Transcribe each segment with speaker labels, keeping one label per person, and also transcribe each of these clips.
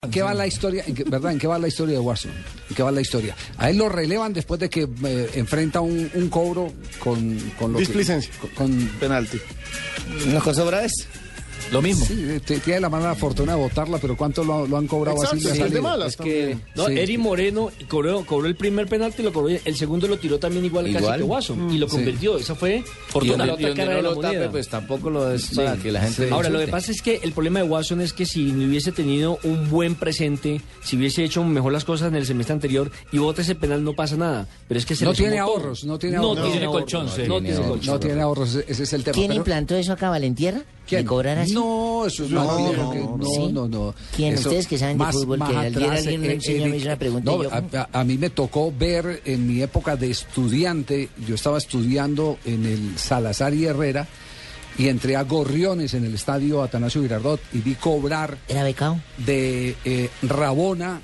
Speaker 1: ¿En qué va la historia? en qué- ¿Verdad? ¿En qué va la historia de Watson? ¿En qué va la historia? A él lo relevan después de que eh, enfrenta un, un cobro con, con lo que-
Speaker 2: Displicencia.
Speaker 1: con- con-
Speaker 2: Penalti.
Speaker 3: ¿Nos consobra eso?
Speaker 4: Lo mismo.
Speaker 1: sí, eh, te- tiene la mala fortuna de votarla, pero ¿cuánto lo, lo han cobrado
Speaker 2: Exacto,
Speaker 1: así? le ha
Speaker 2: es que es de
Speaker 1: salido?
Speaker 2: malas.
Speaker 4: Es que no,
Speaker 1: Sí.
Speaker 4: Eri Moreno cobró, cobró el primer penalti y lo cobró, el segundo lo tiró también igual, casi
Speaker 3: Igual. Mm.
Speaker 4: que Watson y lo convirtió. Esa fue por
Speaker 3: Y
Speaker 4: toda
Speaker 3: donde,
Speaker 4: la
Speaker 3: y
Speaker 4: otra
Speaker 3: donde
Speaker 4: cara
Speaker 3: no
Speaker 4: de la
Speaker 3: lo tape,
Speaker 4: moneda.
Speaker 3: pues tampoco lo es para que la gente.
Speaker 4: Ahora, lo que
Speaker 3: disfrute.
Speaker 4: pasa es que el problema de Watson es que si hubiese tenido un buen presente, si hubiese hecho mejor las cosas en el semestre anterior y vota ese penal, no pasa nada. Pero es que se
Speaker 1: No
Speaker 4: le sumó
Speaker 1: tiene
Speaker 4: todo.
Speaker 1: ahorros, no tiene
Speaker 4: no
Speaker 1: ahorros.
Speaker 4: Tiene
Speaker 1: No tiene
Speaker 4: colchón,
Speaker 3: ahorros,
Speaker 4: sí.
Speaker 3: no
Speaker 4: no tiene
Speaker 3: tiene
Speaker 4: colchón.
Speaker 1: No tiene ahorros, ese- ese es el tema.
Speaker 5: ¿Quién
Speaker 1: pero-
Speaker 5: implantó eso acá, Valentierra?
Speaker 1: ¿Quién?
Speaker 5: ¿De cobrar así?
Speaker 1: No, eso es
Speaker 2: No,
Speaker 1: más dinero
Speaker 2: no,
Speaker 1: que- no,
Speaker 5: ¿Sí?
Speaker 1: no, no.
Speaker 5: ¿Quién?
Speaker 1: Eso,
Speaker 5: Ustedes que saben de fútbol, que ayer alguien- un señor me hizo una pregunta
Speaker 1: eh, no,
Speaker 5: y yo-
Speaker 1: a, a- a mí me tocó ver en mi época de estudiante, yo estaba estudiando en el Salazar y Herrera y entré a Gorriones en el estadio Atanasio Girardot y vi cobrar
Speaker 5: ¿Era becado?
Speaker 1: de eh, Rabona,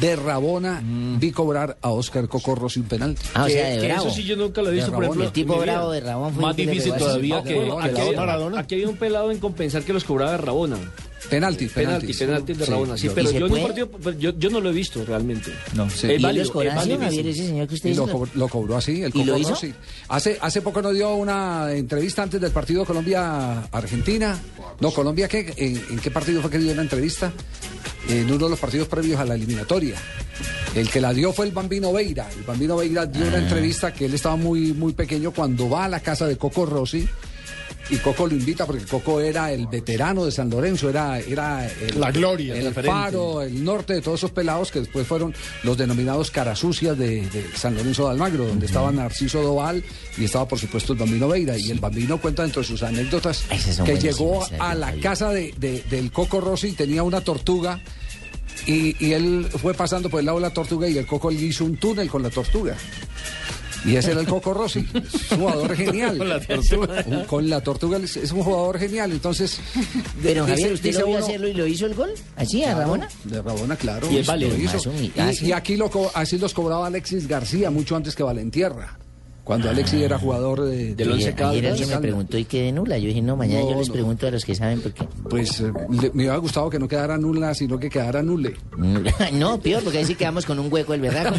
Speaker 1: de Rabona,
Speaker 4: Mm.
Speaker 1: vi cobrar a Oscar Cocorro sin penalti.
Speaker 5: Ah, o
Speaker 4: Que-
Speaker 5: sea, de
Speaker 4: que
Speaker 5: bravo.
Speaker 4: Eso sí yo nunca lo he
Speaker 1: De
Speaker 4: visto. por
Speaker 1: Rabona.
Speaker 4: ejemplo,
Speaker 5: El tipo
Speaker 4: en mi vida.
Speaker 5: bravo de Rabón fue
Speaker 4: Más
Speaker 5: el que le
Speaker 4: difícil
Speaker 5: pegó así.
Speaker 4: todavía que,
Speaker 1: Bueno,
Speaker 4: aquí,
Speaker 1: que
Speaker 4: había-
Speaker 2: Maradona.
Speaker 4: aquí había un pelado en compensar que los cobraba Rabona.
Speaker 1: Penalti, penalti.
Speaker 4: Penalti, penalti de
Speaker 1: Sí,
Speaker 4: Rabona. Sí,
Speaker 1: lo-
Speaker 4: pero
Speaker 5: ¿Y
Speaker 4: yo,
Speaker 5: se
Speaker 4: en un
Speaker 5: puede?
Speaker 4: partido, pues, yo, yo no lo he visto realmente. No,
Speaker 1: Sí.
Speaker 5: ¿Y él los cobraba así, Javier, ese señor que
Speaker 1: Y
Speaker 5: ustedes
Speaker 1: lo, cobró, lo cobró así, el
Speaker 5: ¿Y lo
Speaker 1: Cocorro,
Speaker 5: hizo?
Speaker 1: sí. Hace, hace poco nos dio una entrevista antes del partido Colombia-Argentina. No, Colombia, ¿qué? ¿En, en qué partido fue que dio la entrevista? En uno de los partidos previos a la eliminatoria. El que la dio fue el Bambino Veira. El Bambino Veira dio
Speaker 5: Ah.
Speaker 1: una entrevista que él estaba muy, muy pequeño cuando va a la casa de Coco Rossi. Y Coco lo invita porque Coco era el veterano de San Lorenzo, era, era el,
Speaker 2: La gloria,
Speaker 1: el
Speaker 2: el referente.
Speaker 1: faro, el norte de todos esos pelados que después fueron los denominados carasucias de, de San Lorenzo de Almagro, donde estaba Narciso Doval y estaba por supuesto el Bambino Veira. Y el Bambino cuenta dentro de sus anécdotas
Speaker 5: Esas son
Speaker 1: que
Speaker 5: buenísimas,
Speaker 1: llegó
Speaker 5: esas
Speaker 1: a
Speaker 5: de
Speaker 1: la
Speaker 5: Javier.
Speaker 1: casa de- de- del Coco Rossi y tenía una tortuga. Y, y él fue pasando por el lado de la tortuga y el Coco le hizo un túnel con la tortuga. Y ese era el Coco Rossi, un jugador genial. Con la tortuga. con la tortuga es un jugador genial. Entonces,
Speaker 5: Pero
Speaker 1: dice-
Speaker 5: Javier, ¿usted
Speaker 1: dice
Speaker 5: lo vio
Speaker 1: uno-
Speaker 5: hacerlo y lo hizo el gol? ¿Así, a
Speaker 1: Claro,
Speaker 5: Ramona?
Speaker 1: De Rabona, claro.
Speaker 4: Y el
Speaker 1: Lo
Speaker 4: Vale.
Speaker 1: hizo.
Speaker 5: Más humilde.
Speaker 1: Y-
Speaker 5: Ah, sí.
Speaker 1: Y aquí lo co- así los cobraba Alexis García, mucho antes que Valentierra. Cuando Alexis era jugador de,
Speaker 4: Del
Speaker 1: de-
Speaker 4: Once
Speaker 5: Ah. Ayer,
Speaker 4: Caldas,
Speaker 5: ayer
Speaker 1: del
Speaker 5: alguien me
Speaker 1: Caldas.
Speaker 5: preguntó y quedé nula. Yo dije, no, mañana
Speaker 1: No,
Speaker 5: yo les
Speaker 1: no.
Speaker 5: pregunto a los que saben por qué.
Speaker 1: Pues eh, le- me hubiera gustado que no quedara nula, sino que quedara nule.
Speaker 5: No, peor, porque ahí sí quedamos con un hueco el verraco.